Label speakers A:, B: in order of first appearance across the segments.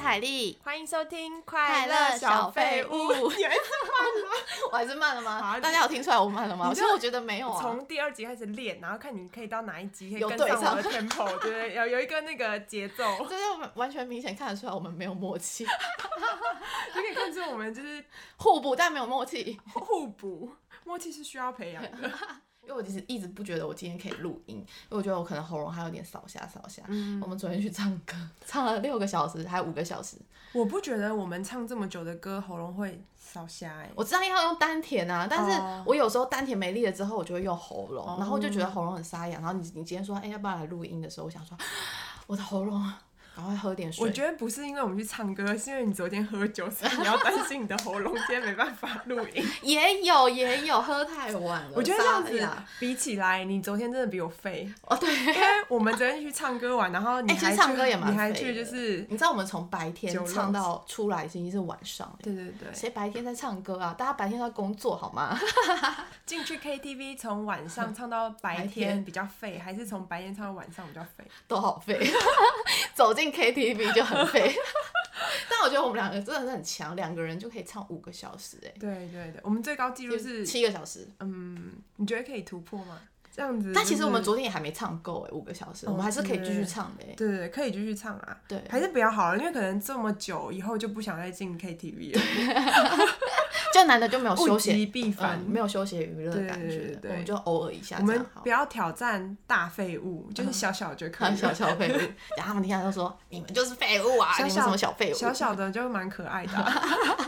A: 凯莉，
B: 欢迎收听《
A: 快乐小 废物
B: 物》你还是
A: 我还是慢了吗？
B: 好
A: 大家有听出来我慢了吗？
B: 你
A: 其
B: 就
A: 实我觉得没有啊。
B: 从第二集开始练，然后看你可以到哪一集可以
A: 有
B: 跟
A: 对
B: 上我的
A: 上
B: tempo，对不对？有有一个那个节奏，
A: 这就完全明显看得出来，我们没有默契，
B: 就可以看出我们就是
A: 互补但没有默契。
B: 互补，默契是需要培养 的。
A: 因为我其实一直不觉得我今天可以录音，因为我觉得我可能喉咙还有点扫下扫下。
B: 嗯
A: 我，们昨天去唱歌， 唱了六个小时，还有五个小时。
B: 我不觉得我们唱这么久的歌喉咙会烧瞎哎。
A: 我知道要用丹田啊，但是
B: 哦
A: 我有时候丹田没力了之后，我就会用喉咙，然后我就觉得喉咙很沙哑。然后你你今天说，哎、要不要来录音的时候，我想说， 我的喉咙，赶快喝点水。
B: 我觉得不是因为我们去唱歌，是因为你昨天喝酒，所以你要担心你的喉咙今天没办法录音。
A: 也有也有喝太晚了，
B: 我觉得这样
A: 沙
B: 子
A: 哑
B: 比起来，你昨天真的比我废。
A: 哦对，
B: 因为我们昨天去唱歌玩，然后你
A: 哎其实
B: 还去，
A: 唱歌也蛮
B: 你还
A: 废
B: 去就
A: 的
B: 是，
A: 你知道我们从白天
B: 酒肉
A: 唱到出来已经是晚上了，
B: 对对对，
A: 谁白天在唱歌啊？大家白天都在工作好吗？
B: 进去 KTV 从晚上唱到白天比较废，还是从白天唱到晚上比较废？
A: 都好废， 走进 KTV 就很 废。但我觉得我们两个真的是很强，两个人就可以唱五个小时、哎，
B: 对对对，我们最高纪录是，
A: 七个小时。
B: 嗯，你觉得可以突破吗？这样子就是，
A: 但其实我们昨天也还没唱够哎、五个小时，
B: 哦
A: 我们还是可以继续
B: 对
A: 唱的、哎
B: 对对对可以继续唱啊，
A: 对，
B: 还是比较好了，因为可能这么久以后就不想再进 KTV 了，
A: 就难得就没有休
B: 物
A: 闲，
B: 极必反。
A: 嗯，没有休闲娱乐的感
B: 对
A: 觉
B: 对，对
A: 我们就偶尔一下
B: 我
A: 这
B: 们
A: 样好
B: 不。要挑战大废物，就是小小就可
A: 看
B: 以
A: 小
B: 了。
A: 小废物，然后他们听到就说：“你们就是废物啊，
B: 小
A: 你们什么小废物？”
B: 小小的就蛮可爱的啊、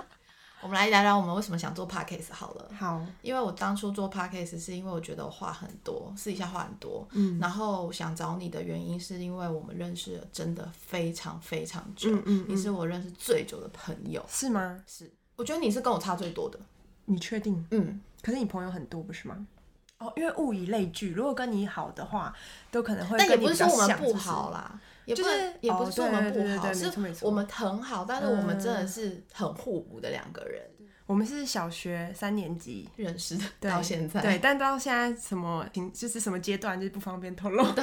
A: 我们来聊聊我们为什么想做 podcast 好了。
B: 好，
A: 因为我当初做 podcast 是因为我觉得我话很多，私底下话很多，
B: 嗯
A: 然后想找你的原因是因为我们认识了真的非常非常久，
B: 嗯嗯
A: 你是我认识最久的朋友，
B: 是吗？
A: 是，我觉得你是跟我差最多的，
B: 你确定？
A: 嗯，
B: 可是你朋友很多不是吗？哦，因为物以类聚，如果跟你好的话，都可能会
A: 但也
B: 跟你
A: 不
B: 比
A: 是
B: 较
A: 说我
B: 像。
A: 们不
B: 是是
A: 好啦，也不
B: 就是
A: 也不是
B: 哦
A: 说我们
B: 对
A: 不
B: 对对
A: 好，
B: 对没错没
A: 是
B: 错
A: 我们很好，但是我们
B: 嗯
A: 真的是很互补的两个人
B: 我们是小学三年级
A: 认识的，
B: 对
A: 到现在，
B: 对，但到现在什么情就是什么阶段，就是不方便透露。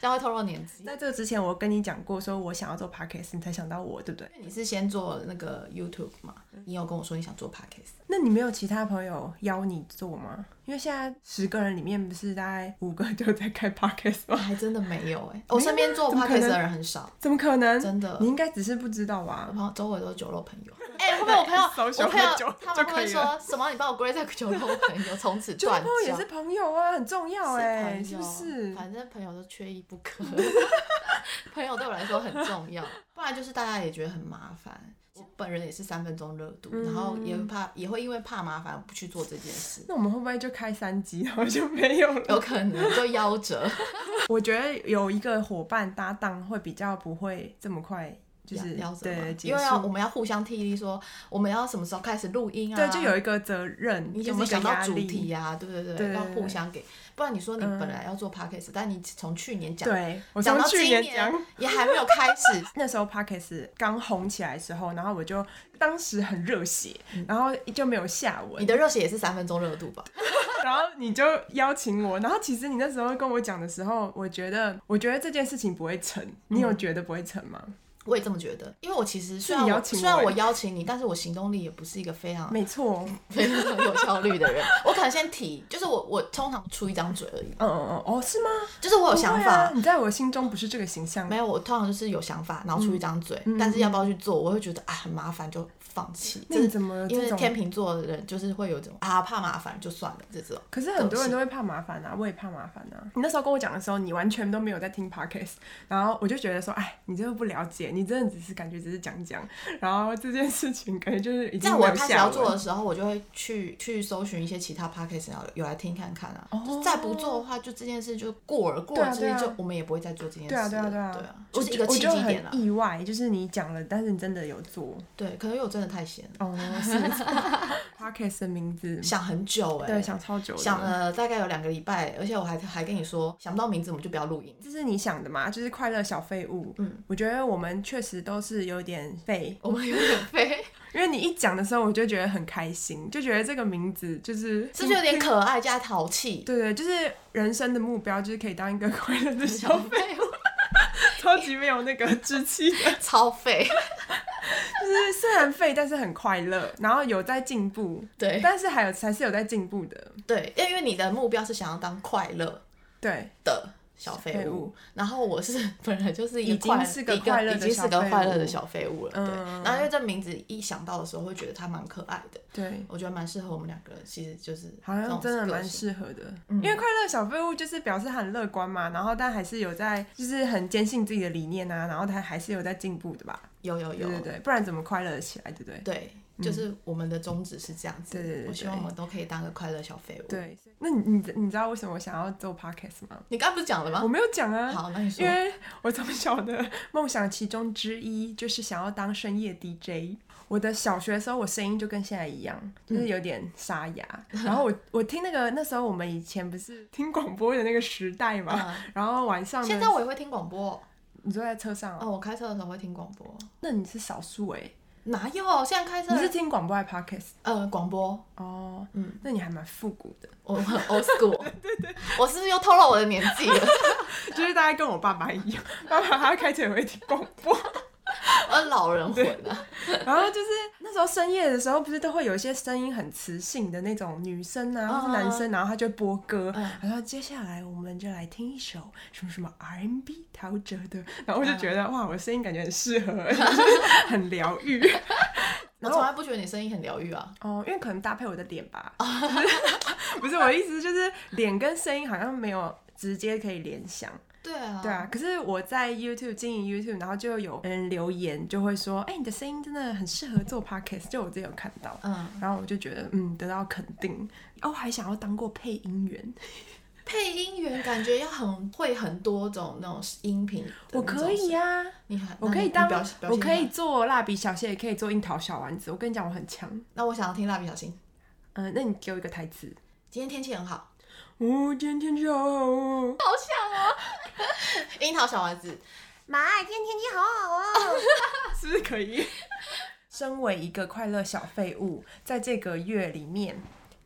A: 这样会透露年纪。
B: 在这个之前，我跟你讲过，说我想要做 podcast，你才想到我，对不对？
A: 你是先做那个 YouTube 嘛？你有跟我说你想做 Podcast，
B: 那你没有其他朋友邀你做吗？因为现在十个人里面，不是大概五个就在开 podcast 吗？
A: 还真的没有哎、我身边做
B: 啊怎么可能
A: Podcast 的人很少，
B: 怎么可能？
A: 真的
B: 你应该只是不知道
A: 我
B: 吧？
A: 朋友周围都是酒 肉朋友。哎、会不会我朋友，
B: 搜寻
A: 我朋友
B: 酒
A: 他
B: 就
A: 们会不
B: 可
A: 会
B: 以了
A: 说什么？你把我归类在酒肉朋友，从此
B: 就是
A: 断
B: 朋友也
A: 交。
B: 是朋友啊，很重要哎、
A: 朋
B: 是
A: 友
B: 不是？
A: 反正朋友都缺一不可。 朋友对我来说很重要，不然就是大家也觉得很麻烦。我本人也是三分钟热度，然后也
B: 嗯
A: 会怕，也会因为怕麻烦不去做这件事，
B: 那我们会不会就开三集，然后就没有了？
A: 有可能就夭折。
B: 我觉得有一个伙伴搭档会比较不会这么快，就是
A: 夭折嘛
B: 对结
A: 因为要我
B: 束。
A: 们要互相替力说我们要什么时候开始录音啊？
B: 对，就有一个责任，
A: 你有
B: 就
A: 没有
B: 是
A: 想
B: 一个
A: 到
B: 压
A: 主
B: 力。
A: 题啊？对对对，
B: 对嗯
A: 要互相给，不然你说你本来要做 podcast，、但你从去年讲，
B: 对，我
A: 讲
B: 从
A: 到
B: 去
A: 今
B: 年讲
A: 年。也还没有开 始，
B: 那时候 Parkes 刚红起来的时候，然后我就当时很热血，然后就没有下
A: 你
B: 文，
A: 的热血也是三分钟热度吧？
B: 然后你就邀请我，然后其实你那时候跟我讲的时候，我觉得我觉得这件事情不会成，你
A: 嗯
B: 有觉得不会成吗？
A: 我也这么觉得，因为我其实虽然
B: 是你
A: 我
B: 邀请我
A: 虽然我邀请你，但是我行动力也不是一个非常
B: 没错，哦
A: 非常有效率的人。我可能先提，就是我我通常出一张嘴而已，
B: 嗯嗯嗯，哦是吗？
A: 就是我有想
B: 不会
A: 法，
B: 啊，你在我心中不是这个形象
A: 没。有我通常就是有想法，然后出
B: 嗯
A: 一张嘴，但是要不要去做，我会觉得啊很麻烦就放弃。
B: 那你
A: 就是
B: 怎么有
A: 因为
B: 这种
A: 天秤座的人就是会有这种啊怕麻烦就算了这种。
B: 可是很多人都会怕麻烦啊，我也怕麻烦啊。你那时候跟我讲的时候，你完全都没有在听 podcast，然后我就觉得说，哎，你真的不了解，你真的只是感觉只是讲讲，然后这件事情感觉就是已经
A: 在
B: 没
A: 我
B: 有
A: 开始
B: 下
A: 要
B: 文
A: 做的时候，我就会去去搜寻一些其他 podcast 有有来听看看啊。
B: 哦
A: 就再不做的话，就这件事就过了，过
B: 对啊
A: 了之
B: 对
A: 后
B: 啊
A: 就我们也不会再做这件事
B: 对啊
A: 了。
B: 对啊对啊，
A: 对啊，
B: 我
A: 就是一个
B: 我
A: 契
B: 就
A: 机点啦啊
B: 很。意外，就是你讲了，但是你真的有做
A: 对，可能因为我真的太闲了，
B: 哦，是 podcast 的名字，
A: 想很久哎、
B: 对，想超久的，
A: 想了大概有两个礼拜，而且我还还跟你说想不到名字，我们就不要录音。
B: 这是你想的嘛，就是快乐小废物。
A: 嗯，
B: 我觉得我们确实都是有点废，
A: 我们有点 飞，
B: 因为你一讲的时候，我就觉得很开心，就觉得这个名字就是
A: 是不是有点可爱加淘 气？
B: 对对，就是人生的目标，就是可以当一个快乐的小
A: 小废物，
B: 超级没有那个志气的，
A: 超废。
B: 就是虽然废，但是很快乐，然后有在进步，
A: 对
B: 但是还有还是有在进步的，
A: 对，因为你的目标是想要当快乐
B: 对，
A: 的小废
B: 废
A: 物
B: 物，
A: 然后我是 本来就是一
B: 已
A: 个
B: 经
A: 快
B: 是个
A: 一
B: 快乐
A: 已
B: 的
A: 经是
B: 小
A: 个
B: 废
A: 快乐
B: 物
A: 的小废物了，对。
B: 嗯
A: 然后因为这名字一想到的时候，会觉得它蛮可爱的，
B: 对，
A: 我觉得蛮适合我们两个人，其实就是
B: 好
A: 这
B: 像
A: 种
B: 真的
A: 个
B: 蛮
A: 性嗯
B: 适合的，因为快乐小废物就是表示他很乐观嘛，然后但还是有在就是很坚信自己的理念啊，然后他还是有在进步的吧，
A: 有有
B: 对
A: 有
B: 对对，不然怎么快乐得起来，对不对？
A: 对就是我们的宗旨是这样子。
B: 对对对对
A: 我希望我们都可以当个快乐小废物。，
B: 对，那你你你知道为什么我想要做 podcast 吗？
A: 你刚刚不是讲了
B: 我
A: 吗？
B: 没有讲啊，
A: 好，那你说
B: 因。为我从小的梦想其中之一就是想要当深夜 DJ。我的小学的时候，我声音就跟现在一样，
A: 嗯
B: 就是有点沙哑。然后我 我听那个那时候我们以前不是听广播的那个时代嘛，
A: 嗯
B: 然后晚上呢
A: 现在我也会听广播
B: 你坐在车上、哦，
A: 哦，我开车的时候会听广播。
B: 那你是少数哎，
A: 哪有？现在开车
B: 你是听广播还是 podcast
A: 呃广播，
B: 哦，
A: 嗯，
B: 那你还蛮复古 的，
A: 我很 old school。对 对，我是不是又透露我的年纪了？
B: 就是大概跟我爸爸一样，爸爸他开车也会听广播。
A: 我呃老人魂啊。
B: 然后就是那时候深夜的时候，不是都会有一些声音很磁性的那种女生啊，或是男生，然后他就播歌，然后接下来我们就来听一首什么什么 R&B 陶喆的，然后我就觉得、哇，我的声音感觉很适合， 就是很疗愈。
A: 我
B: 然
A: 从
B: 后
A: 来不觉得你声音很疗愈啊。
B: 哦，因为可能搭配我的脸吧， 不是我的意思，就是脸跟声音好像没有直接可以联想。
A: 对啊。
B: 对。啊，可是我在 YouTube 经营 YouTube，然后就有人留言，就会说，哎、你的声音真的很适合做 Podcast，就我自己有看到，
A: 嗯，
B: 然后我就觉得，嗯，得到肯定。哦，还想要当过配音员，
A: 配音员感觉要很会很多种那种音频的那
B: 我
A: 种声。
B: 可以啊，
A: 你很，
B: 我
A: 那
B: 可
A: 你
B: 以
A: 你
B: 当
A: 表现，表
B: 我
A: 现
B: 可
A: 一
B: 以
A: 下。
B: 做蜡笔小新，也可以做樱桃小丸子。我跟你讲，我很强。
A: 那我想要听蜡笔小新。
B: 嗯、那你给我一个台词。
A: 今天天气很好，
B: 哦，今天就好哦。
A: 好像哦。樱桃小丸子，
C: 妈，今天天气好好哦。
B: 是不是可以？身为一个快乐小废物，在这个月里面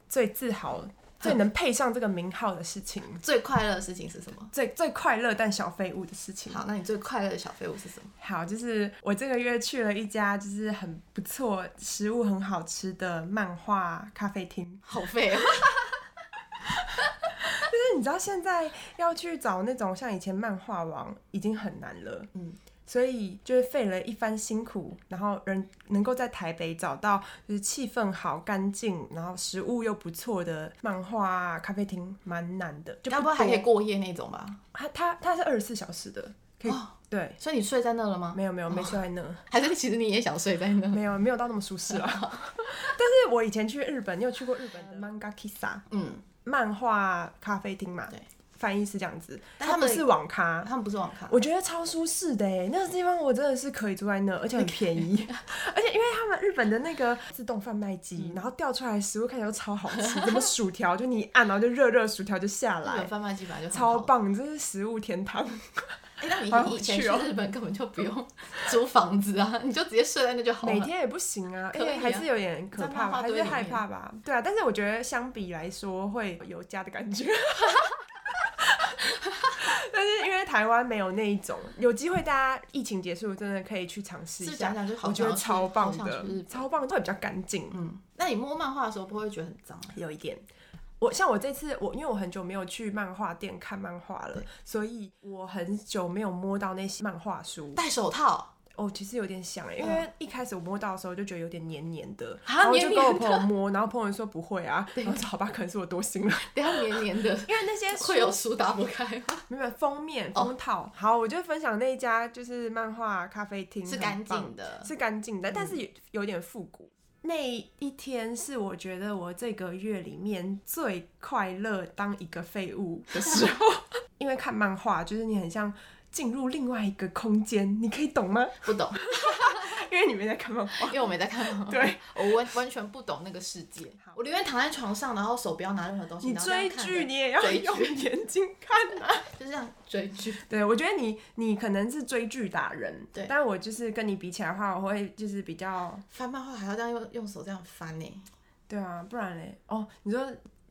B: 最自豪、最能配上这个名号的事情，
A: 最快乐的事情是什么？
B: 最最快乐但小废物的事情。
A: 好，那你最快乐的小废物是什么？
B: 好，就是我这个月去了一家就是很不错、食物很好吃的漫画咖啡厅。
A: 好 废、哦，
B: 就是你知道现在要去找那种像以前漫画王已经很难了，
A: 嗯，
B: 所以就是费了一番辛苦，然后人能够在台北找到就是气氛好、干净，然后食物又不错的漫画、咖啡厅，蛮难的。就
A: 该不会
B: 多
A: 还可以过夜那种吧？
B: 它它它是二十四小时的，可以、
A: 哦
B: 对。
A: 所以你睡在那了吗？
B: 没有没有没睡在那，
A: 还是其实你也想睡在那？
B: 没有没有到那么舒适啊。 但是我以前去日本，你有去过日本的 manga kissa
A: 嗯，
B: 漫画咖啡厅嘛？
A: 对，
B: 翻译是这样子，
A: 但
B: 它
A: 他
B: 不
A: 们
B: 是网咖，
A: 他们不是网咖，
B: 我觉得超舒适的哎，那个地方我真的是可以住在 那，而且很便宜，而且因为他们日本的那个自动贩卖
A: 嗯
B: 机，然后掉出来的食物看起来都超好 吃，什么薯条就你一按，然后就热热薯条就下
A: 日本
B: 来，
A: 贩卖机本来就很
B: 超
A: 好。
B: 棒，真是食物天堂。
A: 哎、那
B: 好
A: 你
B: 有
A: 以前
B: 趣
A: 去
B: 哦
A: 日本根本就 不用租房子啊，你就直接睡在那就好了。
B: 每天也不行啊，
A: 哦可
B: 因
A: 以啊
B: 为还是有点可怕吧，
A: 在漫画
B: 还
A: 堆
B: 是
A: 里面
B: 害怕吧。对啊，但是我觉得相比来说会有家的感 觉。 但是因为台湾没有那一种，有机会大家疫情结束真的可以去尝试一
A: 是
B: 下
A: 讲，讲就好
B: 我觉得
A: 想要去
B: 超棒
A: 好想去日
B: 的
A: 本，
B: 超棒，会比较干净，
A: 嗯，那你摸漫画的时候不会觉得很脏吗？
B: 有一点。我像我这次我因为我很久没有去漫画店看漫画了，所以我很久没有摸到那些漫画书。
A: 戴手 套，
B: 哦，其实有点想欸，因为一开始我摸到的时候就觉得有点黏黏的，
A: 嗯啊
B: 然后我就
A: 黏
B: 跟
A: 黏
B: 我朋友摸，然后朋友说不会啊，然后我说好吧，可能是我多心 了，，
A: 等下黏黏的
B: 因为那 些
A: 会有书打不开吗？
B: 没有封面
A: 哦
B: 封套。好，我就分享那一家就是漫画咖啡厅，
A: 是
B: 很
A: 干
B: 棒
A: 净的嗯
B: 是干净的，但是有有点复古。那一天是我觉得我这个月里面最快乐当一个废物的时候， 因为看漫画就是你很像进入另外一个空间，你可以懂吗？
A: 不懂，
B: 因为你没在看漫画
A: 因。为我没在看漫画，
B: 对，
A: 我完完全不懂那个世界。我宁愿躺在床上，然后手不要拿任何东西。
B: 你
A: 然后这样
B: 追
A: 看
B: 剧
A: 着
B: 你也要
A: 追剧
B: 用眼睛看 啊。
A: 就这样追剧。
B: 对，我觉得你你可能是追剧达人，
A: 对
B: 但我就是跟你比起来的话，我会就是比较，
A: 翻漫画还要这样用用手这样翻呢、欸
B: 对啊，不然嘞，哦，你说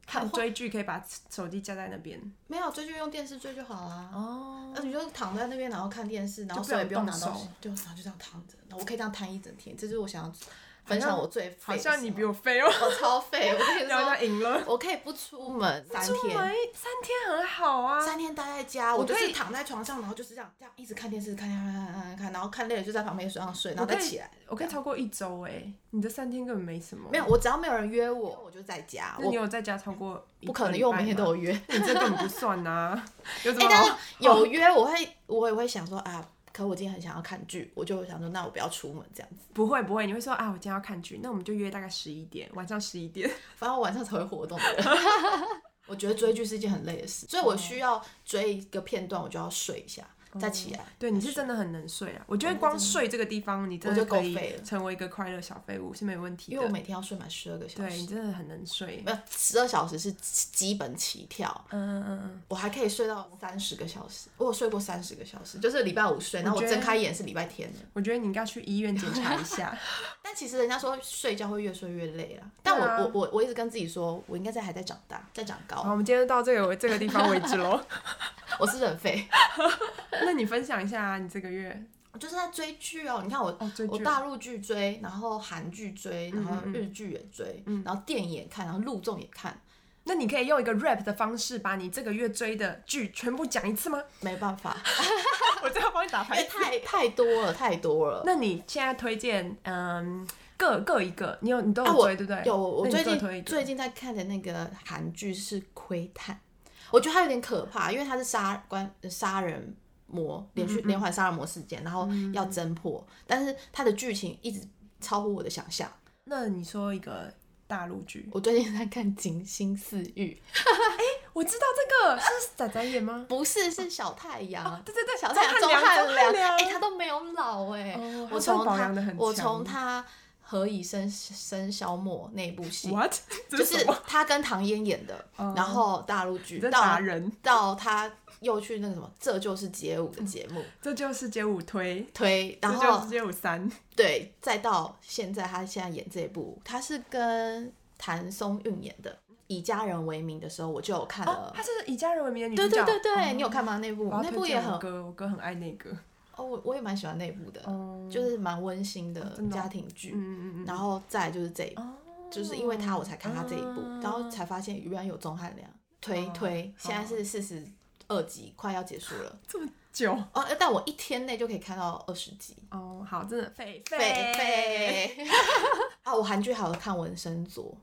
B: 看
A: 还
B: 追剧可以把手机架在那边
A: 没有追剧用电视追就好啦。
B: 哦
A: 那、你就躺在那边，然后看电视，然后
B: 就不
A: 手也
B: 用
A: 不用
B: 动
A: 拿东西
B: 手，
A: 对，然后就这样躺着，然后我可以这样摊一整天，这就是我想要分享我最废
B: 好
A: 的时候。
B: 像你比我废哦，
A: 我超废，我跟你
B: 要要
A: 说，
B: 赢了。
A: 我可以不出门三
B: 出门
A: 天，
B: 三天很好啊，
A: 三天待在家，
B: 我
A: 我就
B: 可
A: 是
B: 以
A: 躺在床上，然后就是这样这样一直看电视，看看看看看看，然后看累了就在旁边床上睡，然后再起来。
B: 我可以超过一周哎、你这三天根本没什么。
A: 没有，，我只要没有人约我，我就在家。
B: 那
A: 我
B: 你有在家超过？
A: 不可能，因为我每天都
B: 有。
A: 有约。
B: 你这根本不算 呐、有什
A: 哎、
B: 么
A: 但
B: 好？
A: 是有约我会，我也会想说啊，可我今天很想要看剧，我就会想说，那我不要出门这样子，
B: 不会不会，你会说啊，我今天要看剧，那我们就约大概十一点，晚上十一点。
A: 反正我晚上才会活动的人。我觉得追剧是一件很累的事，所以我需要追一个片段，我就要睡一下，再起来。
B: 对，你是真的很能睡啊！我觉得光睡这个地方，你真的
A: 我就够
B: 可
A: 废
B: 以
A: 了
B: 成为一个快乐小废物是没问题
A: 因为我
B: 的。
A: 每天要睡满十二个小
B: 对你
A: 时，
B: 真的很能睡。
A: 没有十二小时是基本起跳，
B: 嗯嗯嗯，
A: 我还可以睡到三十个小时，我有睡过三十个小时，就是礼拜五睡，然后
B: 我
A: 我
B: 觉得
A: 睁开眼是礼拜天的。
B: 我觉得你应该去医院检查一下。
A: 但其实人家说睡觉会越睡越累啦，但我、
B: 对啊
A: 我我我一直跟自己说，我应该在还在长大，在长高，
B: 好，我们今天就到这个这个地方为止喽。
A: 我是人废。
B: 那你分享一下、啊、你这个月
A: 我就是在追剧哦。你看我，
B: 哦，追
A: 我
B: 剧
A: 大陆剧追，然后韩剧追，然后
B: 嗯嗯
A: 日剧也追，然后电影也看，然后陆综也看。
B: 那你可以用一个 rap 的方式把你这个月追的剧全部讲一次吗？
A: 没办法，
B: 我这样帮你打
A: 因为
B: 牌。
A: 太太多了，太多了。
B: 那你现在推荐嗯各各一个，你有你都
A: 啊，
B: 有
A: 我
B: 追、对不对？
A: 有我我
B: 那你各
A: 最
B: 推一
A: 近
B: 个
A: 最近在看的那个韩剧是《窥探》，我觉得它有点可怕，因为它是杀关呃杀人魔
B: 嗯
A: 连续连环杀人魔事件，然后要侦破，但是它的剧情一直超乎我的想象。
B: 那你说一个大陆剧，
A: 我最近在看《锦心似玉》，
B: 我知道这个是仔仔演吗？
A: 不是是小太阳。
B: 哦对对对，
A: 小
B: 张
A: 太阳钟汉
B: 良，
A: 良，
B: 钟良
A: 哎、他都没有老哎、
B: 哦他
A: 我
B: 算
A: 从
B: 保养得
A: 他
B: 很，
A: 我
B: 强
A: 从他何以笙笙箫默那一部戏，
B: what
A: 就
B: 这
A: 是
B: 什么
A: 他跟唐嫣演的，
B: 哦
A: 然后大陆剧
B: 你在打
A: 到
B: 人，
A: 到他又去那个什么，这就是街舞的节目、
B: 这就是街舞推，
A: 推，然
B: 嗯这就
A: 后
B: 是街舞三，
A: 对，再到现在他现在演这一部，他是跟谭松韵演的，以家人为名的时候，我就有看
B: 哦
A: 了，
B: 她。是以家人为名的女
A: 对
B: 主
A: 对
B: 角，
A: 对对，
B: 哦
A: 你有看吗？那部
B: 我要
A: 那
B: 推
A: 部也
B: 荐
A: 很
B: 我哥，我哥很爱那个，
A: 哦，我我也蛮喜欢那一部的。
B: 哦，
A: 就是蛮温馨的
B: 真的哦
A: 家庭剧。
B: 嗯嗯嗯
A: 然后再来就是这一部，
B: 嗯，
A: 就是因为他我才看他这一部，然后
B: 哦
A: 才发现原来有钟汉良推
B: 哦
A: 推，现在
B: 哦
A: 是四十二集，快要结束了。
B: 这么久
A: 哦，呃但我一天内就可以看到二十集。
B: 哦，好，真的狒
A: 废
B: 狒，
A: 废 啊！我韩剧还有看《文森佐》，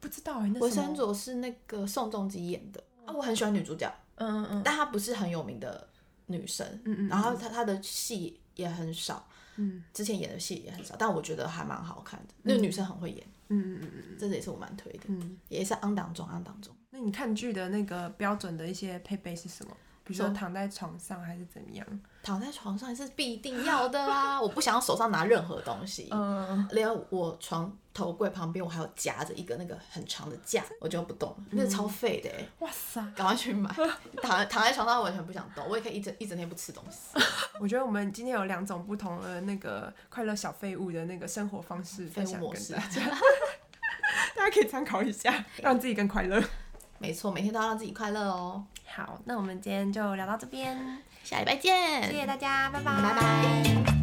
B: 不知道哎，那
A: 《
B: 什
A: 文森
B: 么，哦
A: 佐》是那个宋仲基演的啊，我很喜欢女主角，
B: 嗯嗯
A: 但她不是很有名的女生，
B: 嗯嗯
A: 然后她她的戏也很少，
B: 嗯
A: 之前演的戏也很少，但我觉得还蛮好看的。那个女生很会演，
B: 嗯嗯嗯嗯
A: 这个也是我蛮推的，
B: 嗯。
A: 也是昂当中昂当中。
B: 那你看剧的那个标准的一些配备是什么？比如说
A: 说
B: 躺在床上还是怎么样？
A: 躺在床上是必定要的啦、 我不想要手上拿任何东西，
B: 嗯，
A: 连我床头柜旁边我还有夹着一个那个很长的架，我就不动
B: 嗯
A: 了，那个超废的、欸，
B: 哇塞！
A: 赶快去买。 躺在躺在床上完全不想动，我也可以一整一整天不吃东西，
B: 我觉得我们今天有两种不同的那个快乐小废物的那个生活方式分
A: 废物
B: 享
A: 模
B: 跟
A: 式
B: 大。家， 大家可以参考一下，让自己更快乐。
A: 没错，每天都要让自己快乐哦。
B: 好，那我们今天就聊到这边，
A: 下礼拜见，
B: 谢谢大家，拜拜，
A: 拜拜。